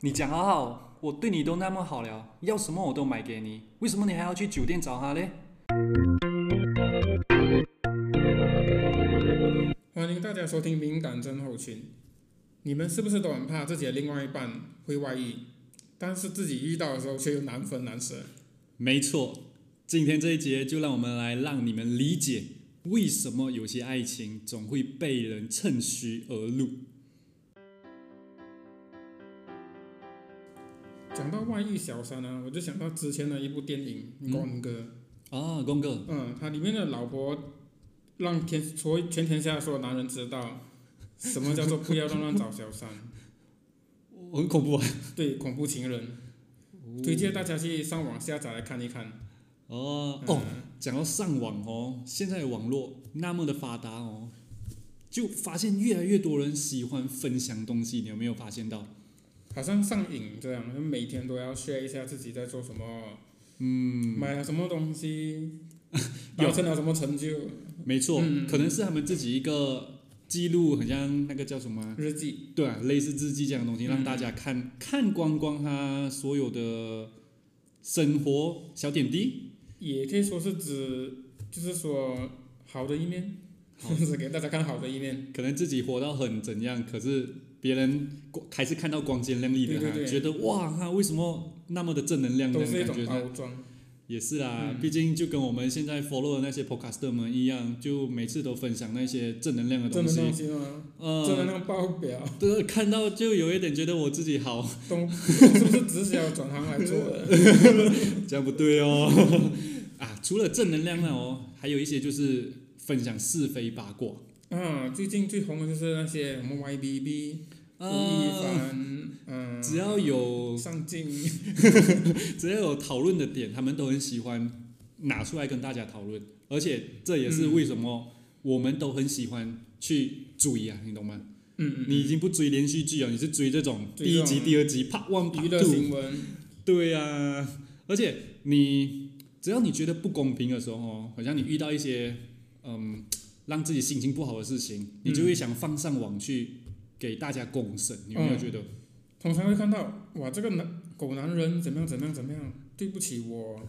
你讲好好，我对你都那么好了，要什么我都买给你，为什么你还要去酒店找他嘞？欢哦迎大家收听《敏感症候群》。你们是不是都很怕自己的另外一半会外遇，但是自己遇到的时候却又难分难舍？没错，今天这一节就让我们来让你们理解为什么有些爱情总会被人趁虚而入。讲到外遇小三呢、我就想到之前的一部电影嗯《光哥》，啊，公哥，嗯，它里面的老婆让天所有全天下所有男人知道什么叫做不要乱乱找小三，很恐怖啊！对恐怖情人，推荐大家去上网下载来看一看。哦嗯、哦，讲到上网哦，现在的网络那么的发达哦，就发现越来越多人喜欢分享东西，你有没有发现到？好像上瘾这样，每天都要 share 一下自己在做什么，嗯，买了什么 东西，有达成了什么成就，没错，嗯可能是他们自己一个记录，很像那个叫什么啊、日记。对啊，类似日记这样的东西，嗯让大家看、看光光他所有的生活小点滴。也可以说是指，就是说好的一面，好是给大家看好的一面。可能自己活到很怎样，可是别人光还是看到光鲜亮丽的他，对对对觉得哇，他为什么那么的正能量？都那种是一感种觉他包装，也是啦，嗯毕竟就跟我们现在 follow 的那些 podcaster 们一样，就每次都分享那些正能量的真东的西东。西吗？真的呃，那个爆表，对，看到就有一点觉得我自己好，懂 是不是直销转行来做 的？这样不对哦。 啊，除了正能量呢哦，还有一些就是分享是非八卦。啊，最近最红的就是那些什么 YBB、吴亦呃，凡，嗯，只要有上镜，只要有讨论的点，他们都很喜欢拿出来跟大家讨论，而且这也是为什嗯么我们都很喜欢去追啊，你懂吗？嗯嗯，你已经不追连续剧了，你是追这种第一集、追这种第二集、Part One、娱 Part 乐 Two，新闻，对啊，而且你只要你觉得不公平的时候哦，好像你遇到一些嗯让自己心情不好的事情，你就会想放上网去给大家公审，你有没有嗯觉得？通常会看到哇，这个男狗男人怎么样怎么样怎么样，对不起我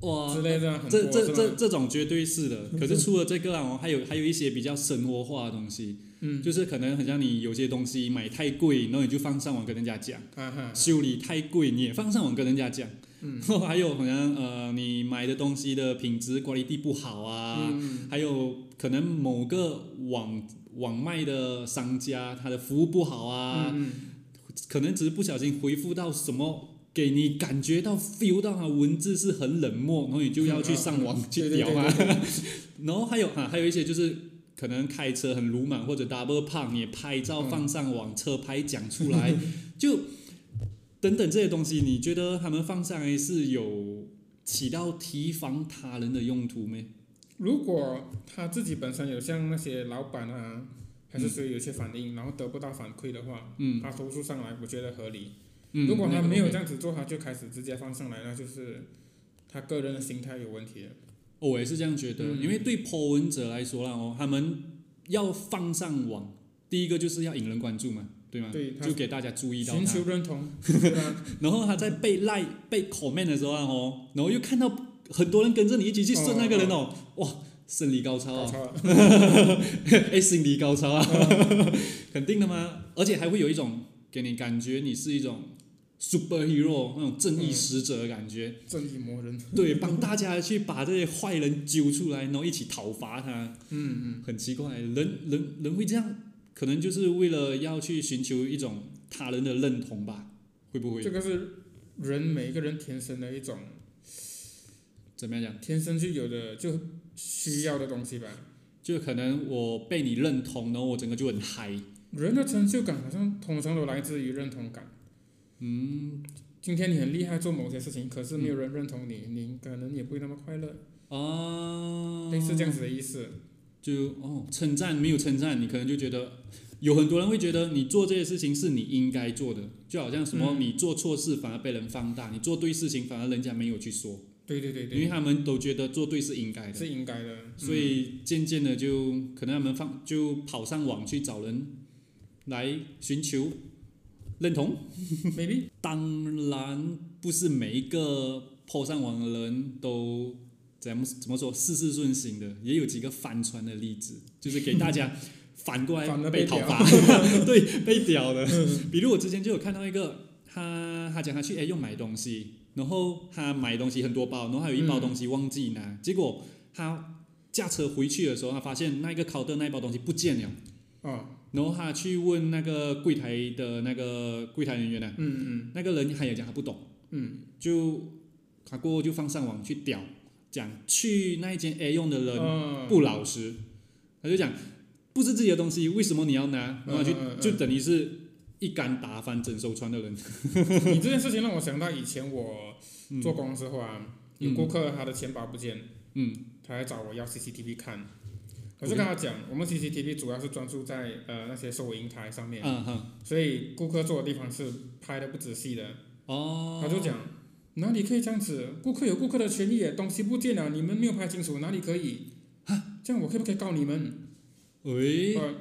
哇，之类的，很嗯多这这是吧这这种绝对是的，可是除了这个啊，还有还有一些比较生活化的东西，嗯，就是可能很像你有些东西买太贵，然后你就放上网跟人家讲；哈啊哈，修理太贵，你也放上网跟人家讲。嗯， 还有好像呃，你买的东西的品质、管理地不好啊，嗯，还有可能某个网网卖的商家他的服务不好啊，嗯，可能只是不小心回复到什么。给你感觉到 feel 到他文字是很冷漠，然后你就要去上网去屌他嗯对对对对，对 然后还有啊，还有一些就是可能开车很鲁莽或者 double 胖，也拍照嗯放上网，车拍讲出来，就等等这些东西，你觉得他们放上来是有起到提防他人的用途没？如果他自己本身有像那些老板啊，还是谁有些反应，然后得不到反馈的话，嗯他投诉上来，我觉得合理。嗯，如果那他个没有 OK 这样子做，他就开始直接放上来，那就是他个人的心态有问题了。哦我也是这样觉得，嗯因为对 po 文者来说啦哦，他们要放上网，第一个就是要引人关注嘛，对吗？对嗯他就给大家注意到寻他求 认同，对吧？然后他在被赖被 comment 的时候啊，哦，然后又看到很多人跟着你一起去顺那个人哦，哇，生理高潮搞 啊，错了，哎，心理高潮啊，哦 肯定的嘛，而且还会有一种给你感觉你是一种 superhero 那种正义使者的感觉，正义魔人。对，帮大家去把这些坏人揪出来，然后一起讨伐他，嗯嗯，很奇怪，人人人会这样，可能就是为了要去寻求一种他人的认同吧，会不会这个是人每一个人天生的一种，怎么样讲？天生就有的就需要的东西吧。就可能我被你认同，然后我整个就很嗨。人的成就感好像通常都来自于认同感。嗯，今天你很厉害，做某些事情，可是没有人认同嗯你，你可能也不会那么快乐，啊，类似这样子的意思。就哦，称赞没有称赞，你可能就觉得有很多人会觉得你做这些事情是你应该做的，就好像什么嗯你做错事反而被人放大，你做对事情反而人家没有去说，对对对因为对，他们都觉得做对是应该的，是应该的。嗯所以渐渐的就可能他们放就跑上网去找人来寻求认同？ ，maybe 当然不是每一个坡上网的人都怎么怎么说事事顺心的，也有几个翻船的例子，就是给大 家反过反来而被讨屌伐， 对，被屌的。比如我之前就有看到一个，他他讲他去 A 用买东西，然后他买东西很多包，然后还有一包嗯东西忘记拿，结果他驾车回去的时候，他发现那个烤的那一包东西不见了。啊，然后他去问那个柜台的那个柜台人员呢、嗯那个人他也讲他不懂，嗯就他过后就放上网去屌，讲去那一间 A 用的嗯，人啊不老实，他就讲不是自己的东西，为什么你要拿？然后啊就嗯嗯嗯就等于是一竿打翻整艘船的人。呃你这件事情让我想到以前我做工的时候啊，有顾客他的钱包不见，嗯，他来找我要 CCTV 看，我就跟他讲，我们 CCTV 主要是专注在呃那些收银台上面，嗯哼，所以顾客坐的地方是拍的不仔细的。哦，他就讲，哪里可以这样子？顾客有顾客的权利耶，东西不见了，你们没有拍清楚，哪里可以？啊这样我可不可以告你们？喂，呃，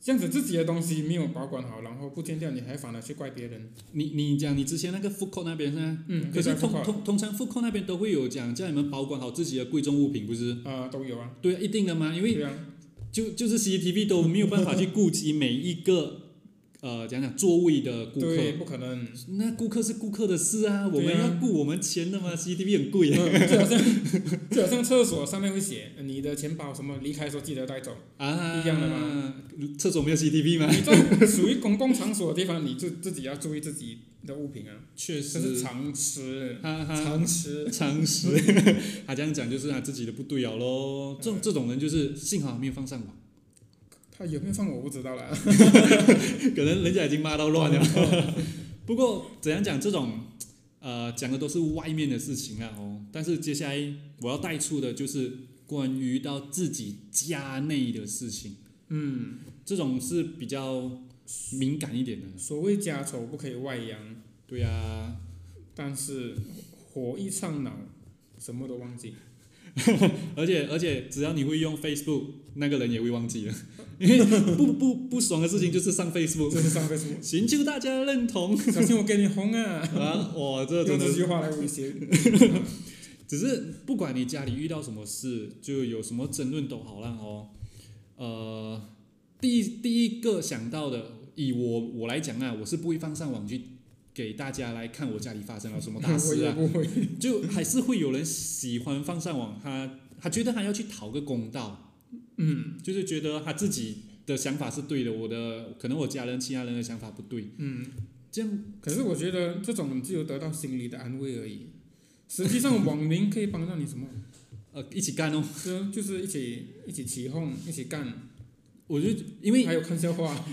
这样子自己的东西没有保管好，然后不见掉，你还反而去怪别人。你你讲你之前那个复扣那边是吗？嗯，可是不通通通常复扣那边都会有讲叫你们保管好自己的贵重物品，不是？啊都有啊，对啊，一定的嘛，因为对啊，就就是 CCTV 都没有办法去顾及每一个 呃讲讲座位的顾对，客，不 可能。那顾客是顾客的事啊，我对们啊要顾我们钱的嘛，CCTV 很 贵啊嗯就好像就好像厕所上面会写呃你的钱包什么离开的时候记得 带走，啊，一样的嘛，厕所没有 CCTV 吗？你在属于公共场所的地方，你就自己要注意自己的物品啊，确这是实，常识，哈哈。常识。常 识， 他这样讲就是他自己的不对了咯。这种这种人就是幸好没有放上网，他有没有放我不知道啦。 可能人家已经骂到乱了。 不过怎样讲，这种呃讲的都是外面的事情啊哦。但是接下来我要带出的就是关于到自己家内的事情，嗯，这种是比较敏感一点的。所谓家丑不可以外扬，对啊，但是火一上脑，什么都忘记。 而且而且只要你会用 Facebook，那个人也会忘记了， 因为不不不爽的事情就是上 Facebook，这是上辈子，寻求大家认同 小心我给你轰啊！啊！哇， 这用真的这是句话来威胁。 只是不管你家里遇到什么事，就有什么争论都好啦哦。呃，第一第一个想到的，以我我来讲啊，我是不会放上网去给大家来看我家里发生了什么大 我事也啊，不会。就还是会有人喜欢放上网，他他觉得他要去讨个公道，嗯就是觉得他自己的想法是对的，我的可能我家人其他人的想法不对，嗯，这样可是我觉得这种只有得到心理的安慰而已。实际上，网民可以帮到你什么？呃一起干哦。就就是一起一起起哄，一起干，我就因为还有看 笑话。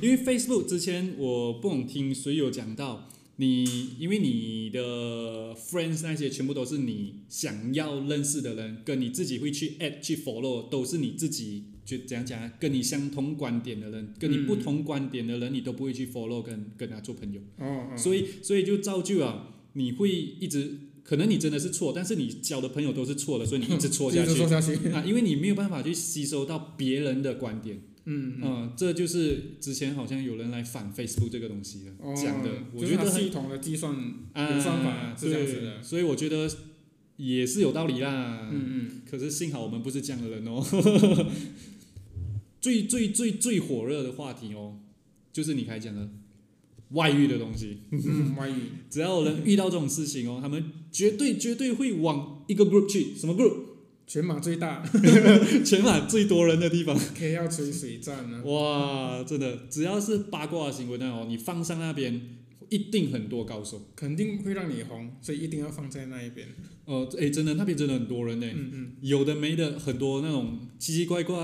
因为 Facebook 之前我不懂听谁有讲到，你因为你的 friends 那些全部都是你想要认识的人，跟你自己会去 add 去 follow 都是你自己就怎样讲啊，跟你相同观点的人，跟你不同观点的人，你都不会去 follow 跟跟他做朋友，哦，哦所以所以就造就了你会一直。可能你真的是错，但是你交的朋友都是错的，所以你一直错下一直去说下去。啊，因为你没有办法去吸收到别人的观点。嗯，嗯嗯，这就是之前好像有人来反 Facebook 这个东西的、哦，讲的，我就是觉它得系很统的计算，嗯啊，有算法是这样子对的所以我觉得也是有道理啦。嗯可是幸好我们不是这样的人 哦。最最最最火热的话题哦，就是你开讲的外遇的东西。嗯，外语只要有人遇到这种事情哦，他们绝对绝对会往一个 group 去，什么 group？ 全马最大 全马最多人的地方。 ，K 要吹水战呢。哇，真的，只要是八卦新闻那种，你放上那边，一定很多高手。肯定会让你红，所以一定要放在那一边。呃，哎，真的，那边真的很多人呢，嗯嗯，有的没的，很多那种奇奇怪怪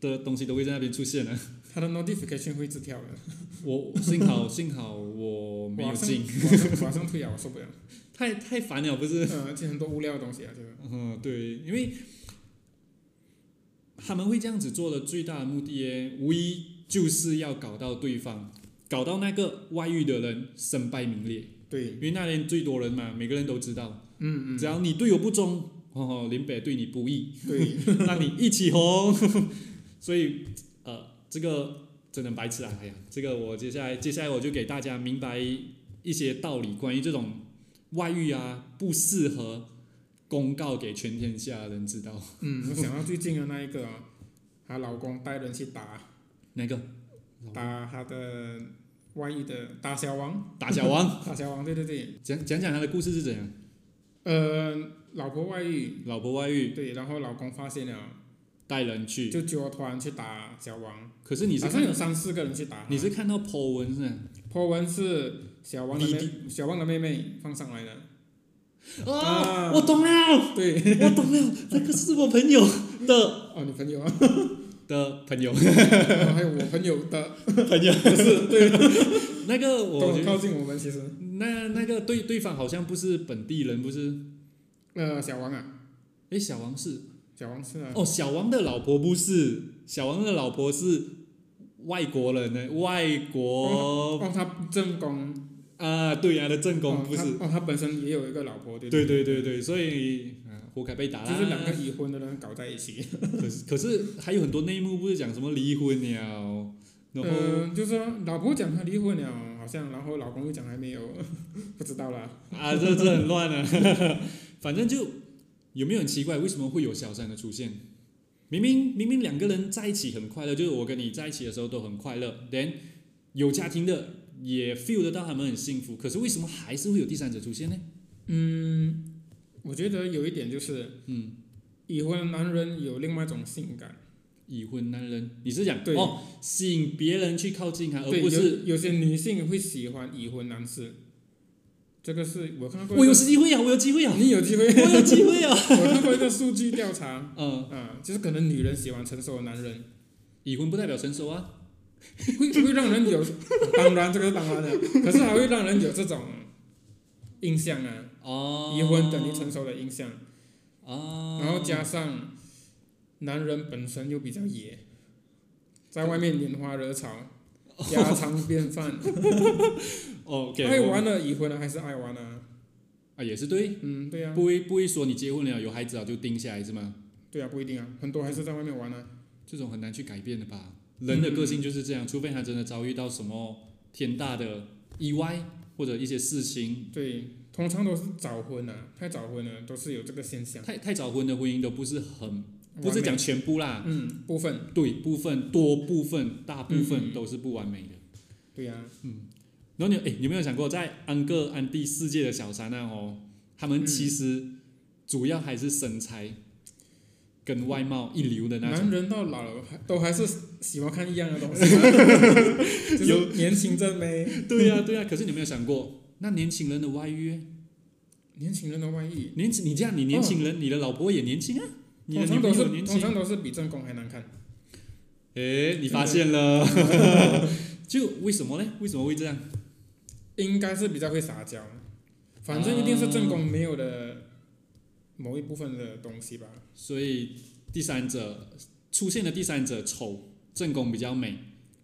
的东西都会在那边出现的。啊嗯它的 notification 会自跳的。 我幸好幸好我没有马上进，马上马上退啊，我受 不了。太太烦了，不是？嗯，而且很多无聊的东西啊，这个。嗯，对，因为他们会这样子做的最大的目的耶，无一就是要搞到对方，搞到那个外遇的人身败名裂。对，因为那边最多人嘛，每个人都知道，嗯只要你对我不忠，哦，林北对你不义， 嗯，对，让你一起红。所以，呃，这个真的白痴啊！哎呀，这个我接下来接下来我就给大家明白一些道理，关于这种外遇啊不适合公告给全天下人知道。嗯，我想到最近的那一个啊，她老公带人去打哪个？打她的外遇的打小王，打小王， 打小王，对对对，讲讲讲他的故事是怎样？呃，老婆外遇，老婆外遇对，然后老公发现了，带人去，就揪团去打小王，可是你是好像看有三四个人去打她，你是看到 po 文是吗？破文是小王的弟妹，小王的妹妹放上来的，啊，啊我懂了，对， 我懂了，那个是我朋友的哦，你朋友 啊，的朋友哦还有我朋友的， 朋友，不是对， 那个都我很觉得靠近我们其实，那那个对对方好像不是本地人，不是？呃，小王啊，诶，小王是小王是啊，哦，小王的老婆不是，小王的老婆是外国人呢，外国哦，他正宫，啊，对呀、的正宫哦不是，他哦，他本身也有一个老婆，对对对对对对，所以啊，活该被打啦。嗯就是两个已婚的人搞在一起， 可是可是还有很多内幕，不是讲什么离婚了，然后、嗯，就是说老婆讲她离婚了，好像，然后老公又讲还没有， 不知道啦，啊，这这很乱啊。 反正就有没有很奇怪，为什么会有小三的出现？明明明明两个人在一起很快乐，就是我跟你在一起的时候都很快乐，then 有家庭的也 feel 得到他们很幸福，可是为什么还是会有第三者出现呢？嗯，我觉得有一点就是，嗯，已婚男人有另外一种性感。已婚男人，你是讲对哦，吸引别人去靠近啊他，而对，不是有有些女性会喜欢已婚男士，这个是我看过一个。我有机会啊，我有机会啊，你有机会，我有机会啊， 我看过一个数据调查，嗯，啊，就是可能女人喜欢成熟的男人，已婚不代表成熟啊，会会让人有， 当然这个是当然的，可是还会让人有这种印象啊，哦，已婚等于成熟的印象，哦，然后加上男人本身又比较野，在外面拈花惹草，家常便饭， 哦，OK，爱哦我玩了已婚了还是爱玩啊，啊，也是对，嗯，对呀、不会不会说你结婚了有孩子了就定下来是吗？对啊，不一定啊，很多还是在外面玩啊。这种很难去改变的吧？人的个性就是这样，除非他真的遭遇到什么天大的意外或者一些事情，对，通常都是早婚啊，太早婚了，都是有这个现象。太太早婚的婚姻都不是很，不完美是讲全部啦，嗯部分，对，部分多部分大部分嗯都是不完美的。对啊呀、然后你哎，你有没有想过，在安哥安弟世界的小三啊哦，他们其实嗯主要还是身材跟外貌一流的那种。男人到老了还都还是喜欢看一样的 东西，有年轻真美，对呀、对呀、可是你有没有想过，那年轻人的外遇欸？年轻人的外遇，年轻，你这样，你年轻人，你的老婆也年轻啊，你的通女朋常都友是也年嗯通轻。常都是比正宫还难看。诶，你发现了，嗯 就为什么呢？为什么会这样？应该是比较会撒娇，反正一定是正宫没有的某一部分的东西吧。所以第三者出现的第三者丑，正宫比较美，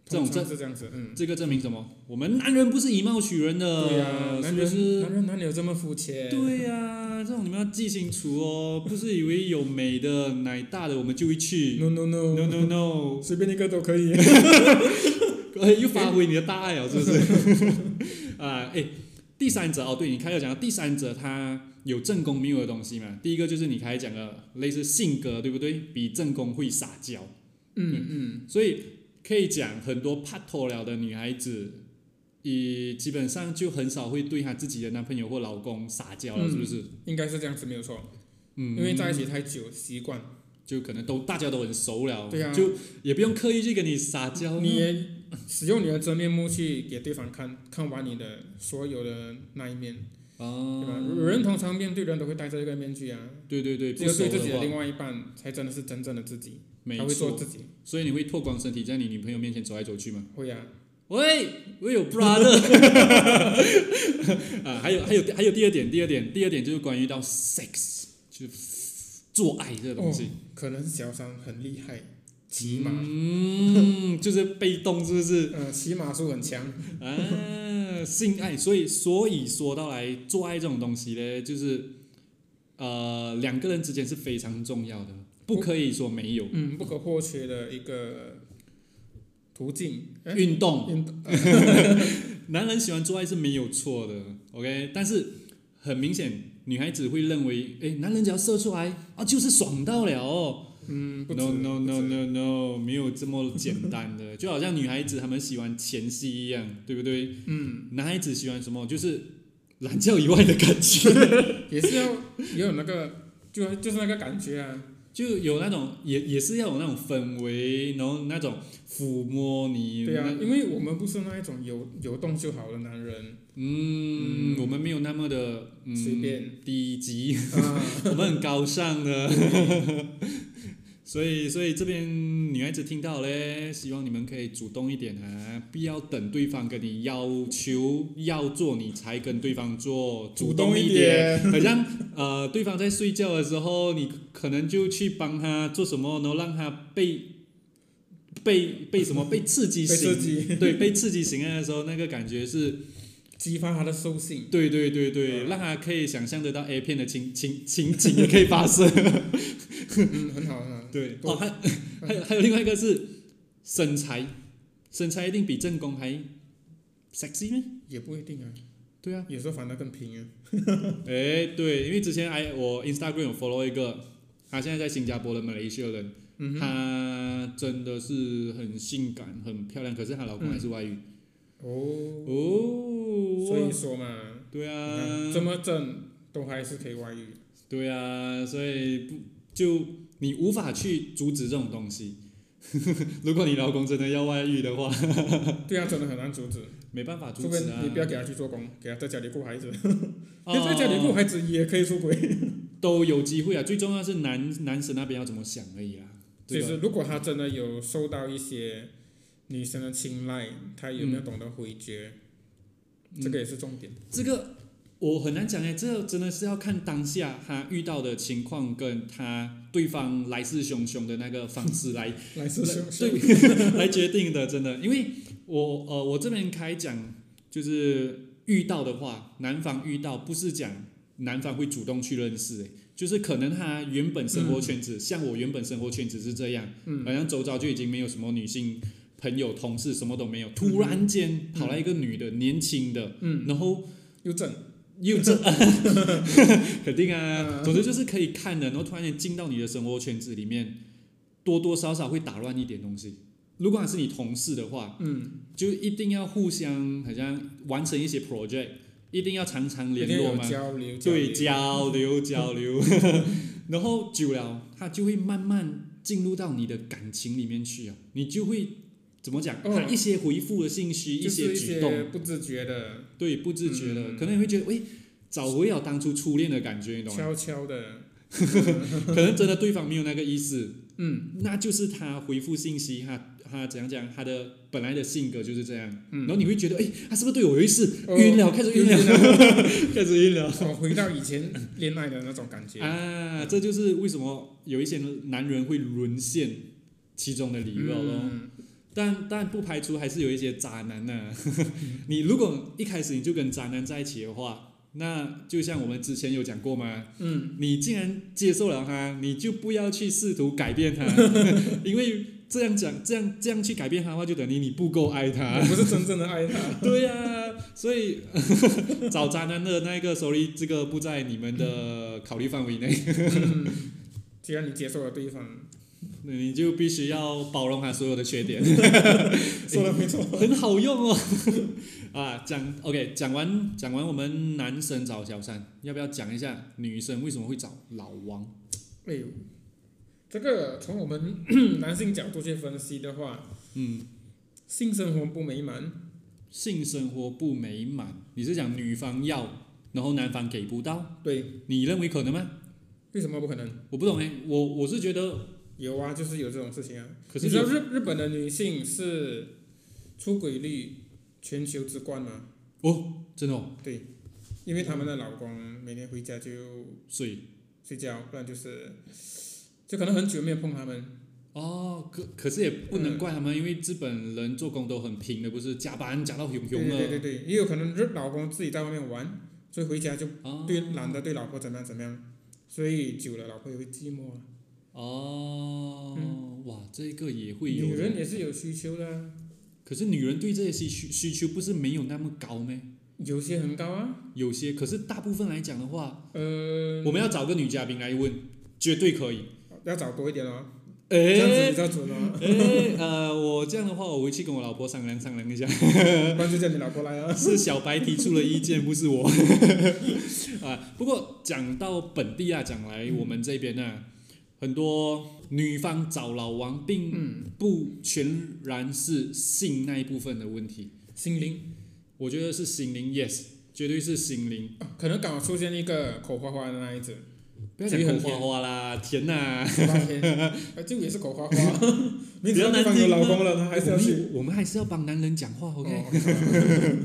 这种通常是这样子，嗯，这个证明什么？我们男人不是以貌取人的，对呀、呃啊是男不人是？男人哪里有这么肤浅？对呀、这种你们要记清楚哦，不是以为有美的、奶大的我们就会去。 ，no no no，, No no no，随便一个都可以。呃，又发挥你的大爱了，是不是？ 啊，哎，第三者哦，对你开始讲到第三者，他有正宫没有的东西嘛？第一个就是你开始讲的类似性格，对不对？比正宫会撒娇，嗯嗯。所以可以讲很多怕脱了的女孩子，以基本上就很少会对她自己的男朋友或老公撒娇了，嗯是不是？应该是这样子没有错，嗯，因为在一起太久习惯，就可能都大家都很熟了，对啊就也不用刻意去跟你撒娇，你也使用你的真面目去给对方看看完你的所有的那一面，对吧？啊，人通常面对人都会戴着一个面具啊，对对对，不只有熟对自己的话，另外一半才真的是真正的自己，没才会错做。自己。所以你会脱光身体在你女朋友面前走来走去吗？会啊，喂，我有 brother 啊，还有还有还有第二点，第二点，第二点就是关于到 sex，就是做爱这个东西。可能小三很厉害，骑马，嗯， 就是被动，是不是？呃，骑马术很强，啊，性爱，所以所以说到来做爱这种东西呢，就是呃两个人之间是非常重要的，不可以说没有。嗯，不可或缺的一个途径，哎，运动，运动，男人喜欢做爱是没有错的，OK，但是很明显，女孩子会认为，哎，男人只要射出来啊，就是爽到了哦。嗯，不止 No no 不 no 止 no no，没有这么简单的， 就好像女孩子她们喜欢前戏一样，对不对？嗯，男孩子喜欢什么？就是懒觉以外的感觉， 也是要也有那个，就就是那个感觉啊，就有那种也也是要有那种氛围，然后那种抚摸你。对啊，那因为我们不是那一种有有动就好的男人，嗯，我们没有那么的嗯随便低级。 啊， 我们很高尚的， 所以所以这边女孩子听到嘞，希望你们可以主动一点啊，不要等对方跟你要求要做，你才跟对方做，主动一 点。，好像呃，对方在睡觉的时候，你可能就去帮他做什么，然后让他被被被什么被刺激 被醒，刺激， 对，被刺激醒来的时候，那个感觉是激发他的 兽性，对对对对，让他可以想象得到 A 片的情情情景也可以发生。嗯，很好很好，对，多哦，还还 有还有另外一个是身材，身材一定比正宫还 sexy 咩？也不一定啊，对啊，有时候反而更平啊， 诶，对，因为之前哎，我 Instagram 有 follow 一个，他现在在新加坡的马来西亚人，嗯哼，他真的是很性感、很漂亮，可是她老公还是外遇。哦，哦，所以说嘛，对你啊，看这么正都还是可以外遇， 对啊，所以不就你无法去阻止这种东西。 如果你老公真的要外遇的话，对啊，真的很难阻止，没办法 阻除非止啊。你不要给他去做工，给他在家里顾孩子，哦 因为在家里顾孩子也可以出轨。都有机会啊。最重要是男男神那边要怎么想而已啦。就对吧是如果他真的有受到一些女生的青睐，他有没有懂得回绝，嗯这个也是重点。这个我很难讲哎，这真的是要看当下他遇到的情况跟他对方来势汹汹的那个方式来 来势汹汹，对， 来决定的，真的。因为我呃，我这边开讲就是遇到的话，男方遇到不是讲男方会主动去认识，诶，就是可能他原本生活圈子，像我原本生活圈子是这样，嗯好像周遭就已经没有什么女性朋友、同事，什么都没有，突然间跑来一个女的，年轻的，嗯，然后又正，又这， 肯定啊。嗯总之就是可以看的，然后突然间进到你的生活圈子里面，多多少少会打乱一点东西。如果是你同事的话，嗯，就一定要互相好像完成一些 project，一定要常常一联定络有嘛，交流，对，交交流交流。 然后久了，他就会慢慢进入到你的感情里面去啊，你就会怎么讲？哦他一些回复的信息，流就是一举动，些不自觉的、对，不自觉的，嗯可能你会觉得，喂，找回了当初初恋的感觉，你懂吗？悄悄的， 可能真的对方没有那个意思，嗯那就是他回复信息，他他怎样讲，他的本来的性格就是这样，然嗯。后你会觉得，哎，他是不是对我有意思？哦晕了，开始晕晕了，开始晕 了。哦，回到以前恋爱的那种感觉，啊，这就是为什么有一些男人会沦陷其中的理由咯。嗯，但但不排除还是有一些渣男呢、 你如果一开始你就跟渣男在一起的话，那就像我们之前有讲过嘛，嗯， 你既然接受了他，你就不要去试图改变他， 因为这样讲这样这样去改变他的话，就等于你不够爱他。 我不是真正的爱他，对呀、所以 找渣男的那一个 sorry，这个不在你们的考虑范围内，既然你接受了对方，你就必须要包容他所有的缺 点。哎说的没错，很好用哦。 啊，讲 OK，讲完讲完我们男生找小三，要不要讲一下女生为什么会找老王？哎呦，这个从我们男性角度去分析的话，嗯，性生活不美满，性生活不美满，你是讲女方要，然后男方给不到，对，你认为可能吗？为什么不可能？我不懂哎，我我是觉得，有啊，就是有这种事情啊。可是你知道有日日本的女性是出轨率全球之冠嘛？哦，真的、哦，因为她们的老公每天回家就所以睡觉，不然就是就可能很久没有碰她们。哦，可可是也不能怪他们，因为日本人做工都很拼的，不是加班加到熊对熊对对的对，也有可能日老公自己在外面玩，所以回家就啊。对懒得对老婆怎么样怎么样，所以久了老婆也会寂寞啊。哦，哇，这个也会有女的人也是有需求的啊、可是女人对这些需需需求不是没有那么高咩？有些很高啊，有些，可是大部分来讲的话，呃，我们要找个女嘉宾来问，绝对可以。要找多一点哦，这样子哎比较准 哦，哎，呃，我这样的话，我回去跟我老婆商量商量一下。哦不然就叫你老婆来啊。是小白提出了意见，不是我。 啊，不过讲到本地啊，讲来我们这边呢、很多女方找老王，并不全然是性那一部分的问题，心灵、我觉得是心灵，yes，绝对是心灵。啊可能刚好出现一个口花花的那 一只，不要讲这个口很花花啦，甜呐、八天，啊就也是 口花花，明比知较道难对听方有老公了，他还是要我去。们我们还是要帮男人讲话，OK？、哦好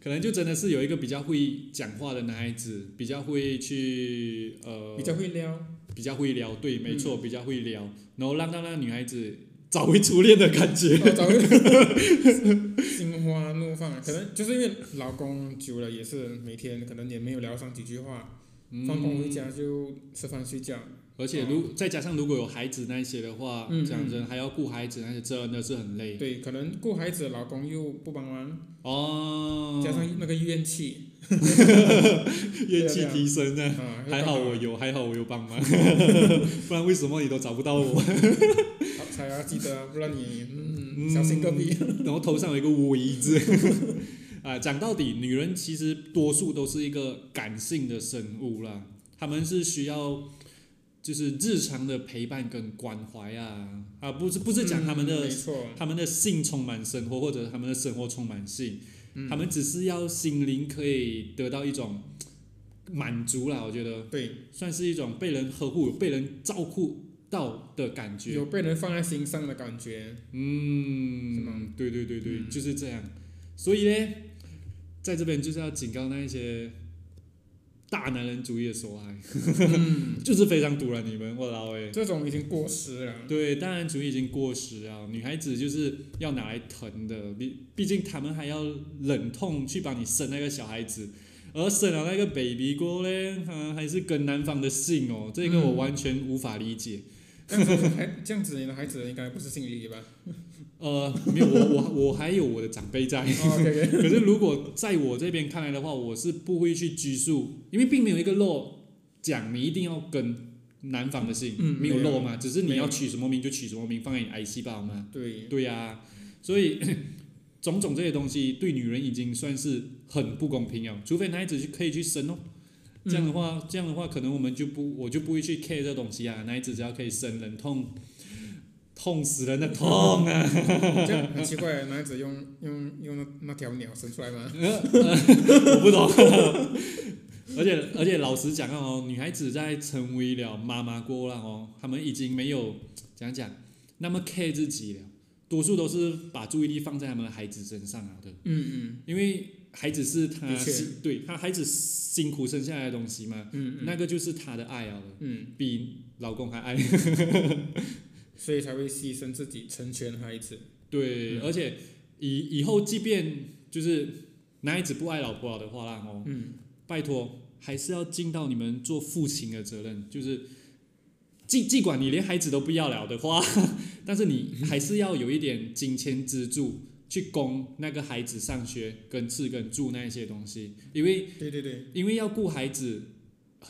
可能就真的是有一个比较会讲话的男孩子，比较会去 呃，比较嗯会撩，哦比较会聊，对，没错，比较会聊，然后让让那女孩子找回初恋的感觉。哦找会 心花怒放，啊可能就是因为老公久了也是每天可能也没有聊上几句话，放工回家就吃饭睡觉，嗯而且如再加上如果有孩子那些的话，嗯讲真还要顾孩子那些，真的是很累对，可能顾孩子，老公又不帮忙，哦。加上那个怨气，怨气提升呢，啊，嗯还好我又有，还好我有帮 忙，不然为什么你都找不到我？刚好才要记得啊，不然你嗯嗯 小心隔壁。然后头上有一个乌蝇字。 啊，讲到底，女人其实多数都是一个感性的生物啦，她们是需要就是日常的陪伴跟关怀啊，啊，不是不是讲她们嗯的没错，她们的性充满生活，或者她们的生活充满性，嗯她们只是要心灵可以得到一种满足啦，我觉得对，算是一种被人呵护、被人照顾到的感觉。有被人放在心上的感觉，是吗嗯，对对对对，就是这样。所以呢，在这边就是要警告那一些大男人主义的受害， 就是非常毒了你们，我老哎。 这种已经过时了。对，当然主义已经过时啊，女孩子就是要拿来疼的，毕毕竟他们还要忍痛去帮你生那个小孩子，而生了那个 baby 过后嘞，啊，还是跟男方的姓哦，这个我嗯完全无法理解。这样子还这样子，你的孩子应该不是姓李吧？呃，没有，我我我还有我的长辈在。 哦，OK，可是如果在我这边看来的话，我是不会去拘束，因为并没有一个 law 讲你一定要跟男方的姓，嗯没有没有 law 嘛，只是你没有要取什么名就取什么名，放在你 IC 吧嘛。对，对呀、所以 种种这些东西对女人已经算是很不公平了，除非男孩子去可以去生哦。这样的话，嗯这样的话，可能我们就不，我就不会去 care 这东西啊。男孩子只要可以生，忍痛，痛死人的痛啊！这样很奇怪，男孩子用用用那那条鸟生出来吗？ 我不懂。 而且而且老实讲啊哦，女孩子在成为了妈妈过后啦哦，她们已经没有怎样讲那么 care 自己了，多数都是把注意力放在他们的孩子身上啊的，嗯因为孩子是他的确辛对他孩子辛苦生下来的东西嘛，嗯嗯那个就是他的爱啊了，嗯，比老公还爱。所以才会牺牲自己成全孩子。对，而且以以后即便就是男孩子不爱老婆了的话啦哦，嗯，拜托，还是要尽到你们做父亲的责任，就是。尽尽管你连孩子都不要了的话， 但是你还是要有一点金钱支柱去供那个孩子上学、跟吃、跟住那一些东西，因为对对对，因为要顾孩子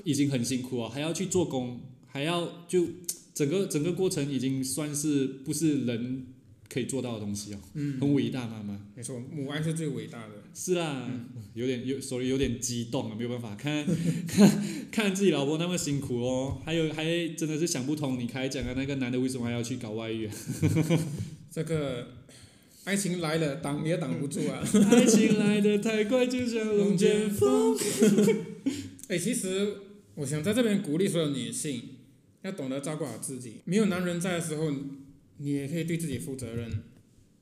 已经很辛苦啊，还要去做工，还要就整个整个过程已经算是不是人可以做到的东西哦，嗯，很伟大妈妈。没错，母爱是最伟大的。是啦，嗯有点有手里有点激动啊，没有办法，看 看看自己老婆那么辛苦哦，还有还真的是想不通，你开讲的那个男的为什么还要去搞外遇、 啊？这个爱情来了，挡也挡不住 啊。爱情来的太快，就像龙卷风。嗯哎，其实我想在这边鼓励所有女性，要懂得照顾好自己。没有男人在的时候，你也可以对自己负责任，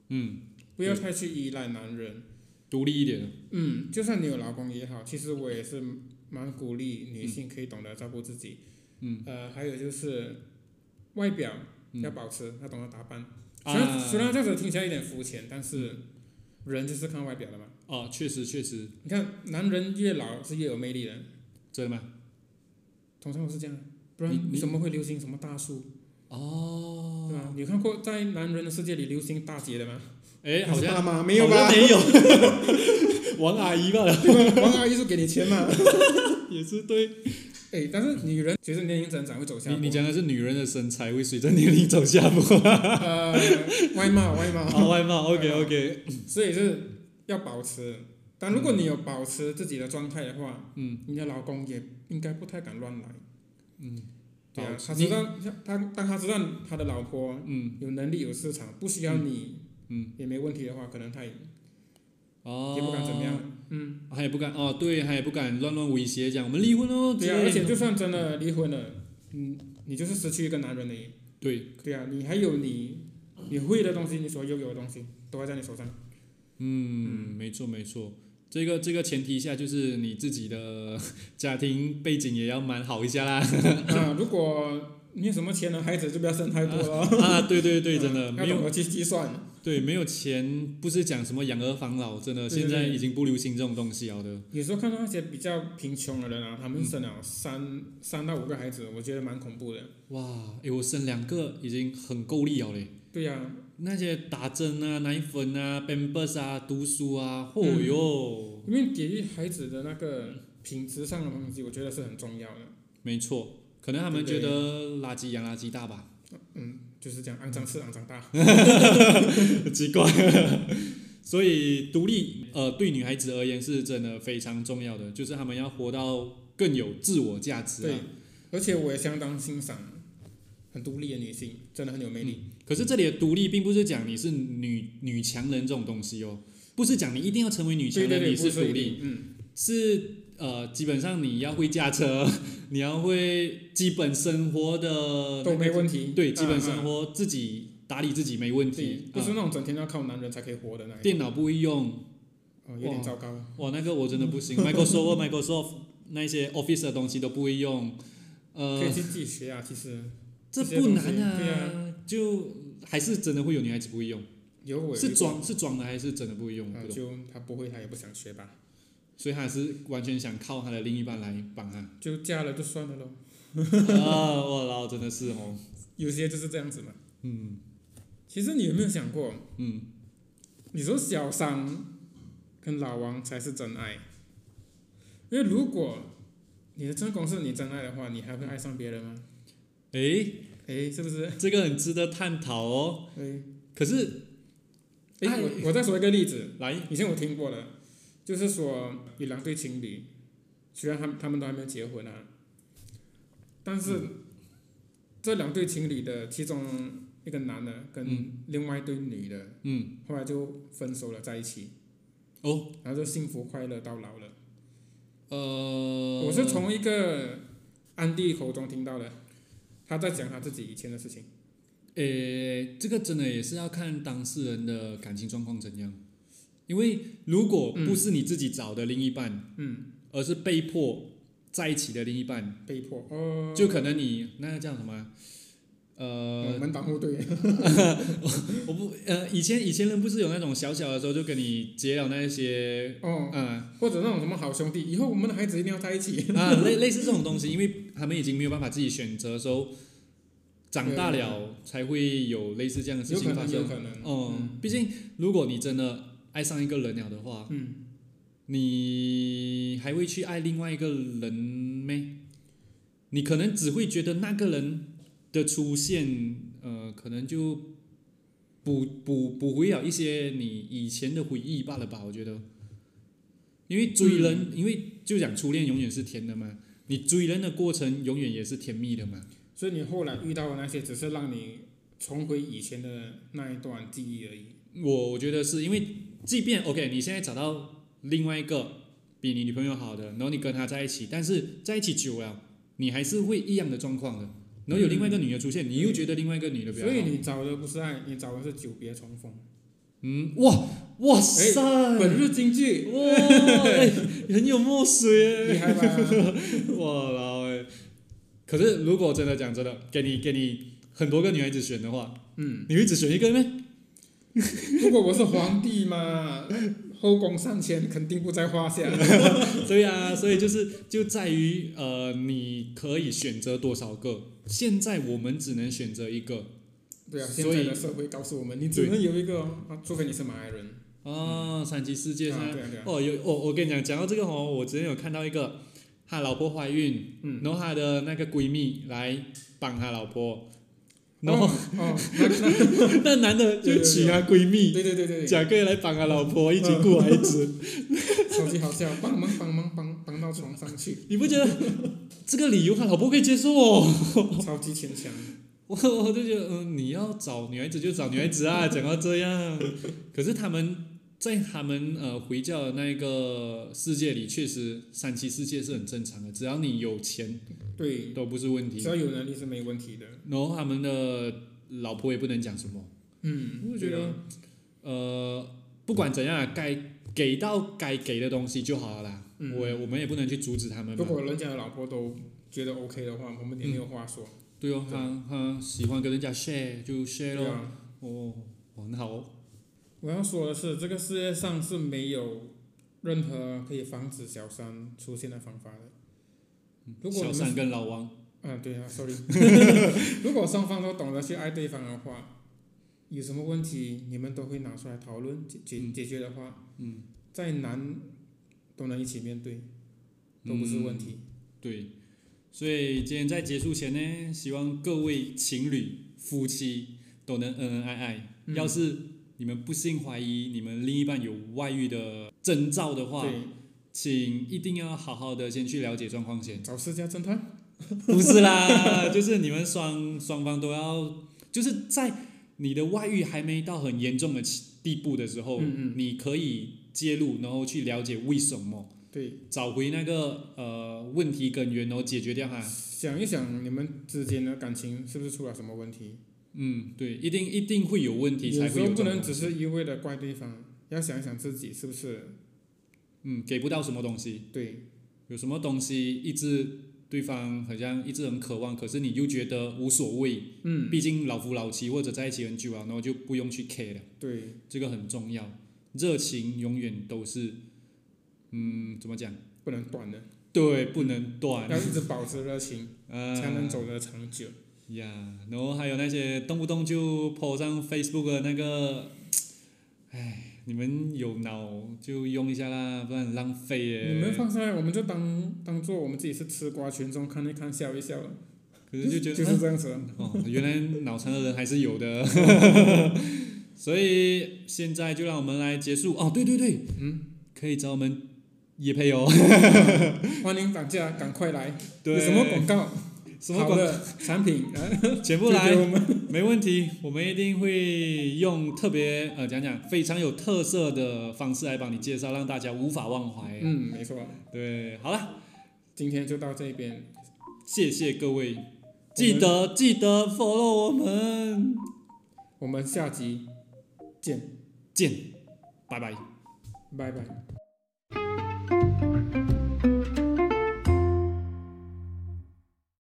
嗯，不要太去依赖男人。独立一点，嗯，就算你有老公也好，其实我也是蛮鼓励女性可以懂得照顾自己。嗯，呃，还有就是外表要保持，要懂得打扮。虽然、啊嗯虽然这样子听起来有点肤浅，但是人就是看外表的嘛。哦，确实确实，你看，男人越老是越有魅力的，真的吗？通常都是这样，不你然你怎么会流行什么大叔，哦，对吧？你有看过在男人的世界里流行大姐的吗？哎，好是像爸妈没有好像吧？没有， 王阿姨吧，王阿姨是给你钱嘛？也是对。哎，但是女人随着年龄增长会走下你坡。你讲的是女人的身材会随着年龄走下 坡，呃，外貌外貌，啊，外貌 OK OK，所以是要保持。但如果你有保持自己的状态的话，嗯，你的老公也应该不太敢乱来。嗯，对啊保，持他知道他当他知道他的老婆嗯有能力有市场，不需要你，嗯，也没问题的话，可能他也哦，也不敢怎么样，，嗯，他也不敢哦，对，他也不敢乱乱威胁讲我们离婚哦，对啊，之而类的且就算真的离婚了，嗯，你就是失去一个男人而已，对，对啊，你还有你你会的东西，你所拥有的东西都还在你 手上，嗯，没错没错。这个这个前提下，就是你自己的家庭背景也要蛮好一下啦。 啊，如果你有什么钱的孩子就不要生太多了， 啊，对对对，真的嗯没要有懂得去计算，对没有钱，不是讲什么养儿防老，真的对对现在对已经不流行这种东西了的。有时候看到那些比较贫穷的人啊，他们生了三三到五个孩子，我觉得蛮恐怖的，哇，诶，我生两个已经很够力了嘞。对啊呀，那些打针啊、奶粉啊、pampers 啊、读书啊，哦嗯哟，因为给予孩子的那个品质上的东西，我觉得是很重要的。没错，可能他们对觉不对得垃圾养垃圾大 吧，嗯，就是这样，肮脏事肮脏大。奇怪。 所以独立，呃，对女孩子而言是真的非常重要的，就是她们要活到更有自我价值对啊。，而且我也相当欣赏很独立的女性，真的很有魅力。可是这里的独立，并不是讲你是女女强人这种东西哦，不是讲你一定要成为女强对对人，对，你不是是独一立，定，嗯，是呃，基本上你要会驾车， 你要会基本生活的都没问题。对，啊基本啊生活自己打理自己没问对题，不是啊那种整天要靠男人才可以活的那一种。电脑不会用，哦，有点哇糟糕。哇，那个我真的 不行，Microsoft、Microsoft 那些 Office 的东西都不会用，可以呃，去自己学啊，其实这这些不东难西啊，对就还是真的会有女孩子不会用，有我有是遇过装是装的还是真的不会用，啊不，懂，就他不会，他也不想学吧，所以她是完全想靠她的另一半来帮 她，就嫁了就算了咯。啊，我老真的是哦，有些就是这样子嘛。嗯其实你有没有想过，嗯，你说小三跟老王才是真爱，因为如果你的正宫是你真爱的话，你还会爱上别人吗？诶，诶，是不是？ 这个很值得探讨哦，诶，可是诶，爱哎我我再说一个例子，来，以前我听过的，就是说有两对情侣，虽然他们他们都还没有结婚啊，但是嗯这两对情侣的其中一个男的跟另外一对女的，嗯，后来就分手了，在一起，哦，然后就幸福快乐到老了。呃，我是从一个安迪口中听到的，他在讲他自己以前的事情。呃，这个真的也是要看当事人的感情状况怎样，因为如果不是你自己找的另一半，嗯，而是被迫在一起的另一半，被迫哦，就可能你那个叫什么啊？呃呃，门当户对，我不呃，以前以前人不是有那种小小的时候就跟你结了那些，哦，啊或者那种什么好兄弟，以后我们的孩子一定要在 一起。啊类类似这种东西，因为他们已经没有办法自己选择的时候，长大了才会有类似这样的事有可情发能，有生。可能。嗯，毕竟如果你真的爱上一个人了的话，嗯，你还会去爱另外一个人咩？你可能只会觉得那个人的出现，呃，可能就补补补回了一些你以前的回忆罢了吧？我觉得，因为追人，因为就讲初恋永远是甜的嘛，你追人的过程永远也是甜蜜的嘛。所以你后来遇到的那些，只是让你重回以前的那一段记忆而已。我我觉得是因为，即便 OK，你现在找到另外一个比你女朋友好的，然后你跟她在一起，但是在一起久了，你还是会一样的状况的。然后有另外一个女的出现，你又觉得另外一个女的比较所好。以你找的不是爱，你找的是久别重 逢。嗯，哇哇塞，本日京剧，哇、哎很有墨水厉耶，害吧？ 哇老哎。可是如果真的讲真的，给你给你很多个女孩子选的话，嗯，你会只选一个吗？如果我是皇帝嘛，后宫上千，肯定不在话下。 对啊，所以就是就在于呃，你可以选择多少个。现在我们只能选择一个，对啊，现所以在的社会告诉我们，你只能有一个哦，啊，除非你是马来人。啊，三级世界现啊，在对啊，对啊。哦，有哦，我跟你讲，讲到这个哦，我之前有看到一个，他老婆怀孕，嗯然后他的那个闺蜜来帮他老婆，然后哦哦，那那 那男的就娶她闺蜜，对对对 对，贾哥来帮他老婆一起顾孩 子，超级好笑，帮忙帮忙帮帮到床上去，你不觉得这个理由他老婆可以接受哦？ 超级牵强。 我我就觉得，嗯，你要找女孩子就找女孩子啊，讲到这样， 可是他们。在他们呃回教的那个世界里，确实三妻四妾是很正常的，只要你有钱对，都不是问题只。要有能力是啊没问题的。然后他们的老婆也不能讲什么，嗯，我觉对得啊，呃，不管怎样啊，该给到该给的东西就好了啦。嗯我也我们也不能去阻止他们如嘛。果人家的老婆都觉得 OK 的话，我们也没有话说。对哦，他他喜欢跟人家 share 就 share 对咯。啊，哦，哦很好哦。我要说的是，这个世界上是没有任何可以防止小三出现的方法的。如果小你三们跟老王，啊，对 啊，sorry，如果双方都懂得去爱对方的话，有什么问题你们都会拿出来讨论解解解决的话，嗯，再难都能一起面对，都不是问题。对。所以今天在结束前呢，希望各位情侣夫妻都能恩恩爱爱。嗯要是你们不幸怀疑你们另一半有外遇的征兆的话，对，请一定要好好的先去了解状况 先。找私家侦探。不是啦，就是你们双双方都要，就是在你的外遇还没到很严重的地步的时候，嗯嗯你可以介入，然后去了解为什么，对，找回那个呃问题根源，然后解决掉它。想一想你们之间的感情是不是出了什么问题？嗯，对，一定一定会有问题才有时会候有不这能种只是一味的怪对方，要想一想自己是不是嗯给不到什么东西，对。有什么东西一直对方好像一直很渴望，可是你又觉得无所谓，嗯，毕竟老夫老妻或者在一起很久啊，然后就不用去 care 了。对，这个很重要。热情永远都是，嗯，怎么讲？不能断的，对，不能断。要一直保持 热情，呃，才能走得长久。呀。然后还有那些动不动就 po 上 Facebook 的那个，哎，你们有脑就用一下啦，不然很浪费耶。你们放上来，我们就当当做我们自己是吃瓜群众，看一看，笑一笑了。可是就觉得就是这样子啊了。哦，原来脑残的人还是有 的。所以现在就让我们来结束哦，对对对，嗯，可以找我们叶配哦。欢迎大家赶快来，有哎对，什么广告、什么好广的产品，啊 全部就来给。我们。没问题，我们一定会用特别呃讲讲非常有特色的方式来帮你介绍，让大家无法忘怀。嗯，没错，对，好了，今天就到这边，谢谢各位，记得记得 follow 我们，我们下集见，见，拜拜。拜拜。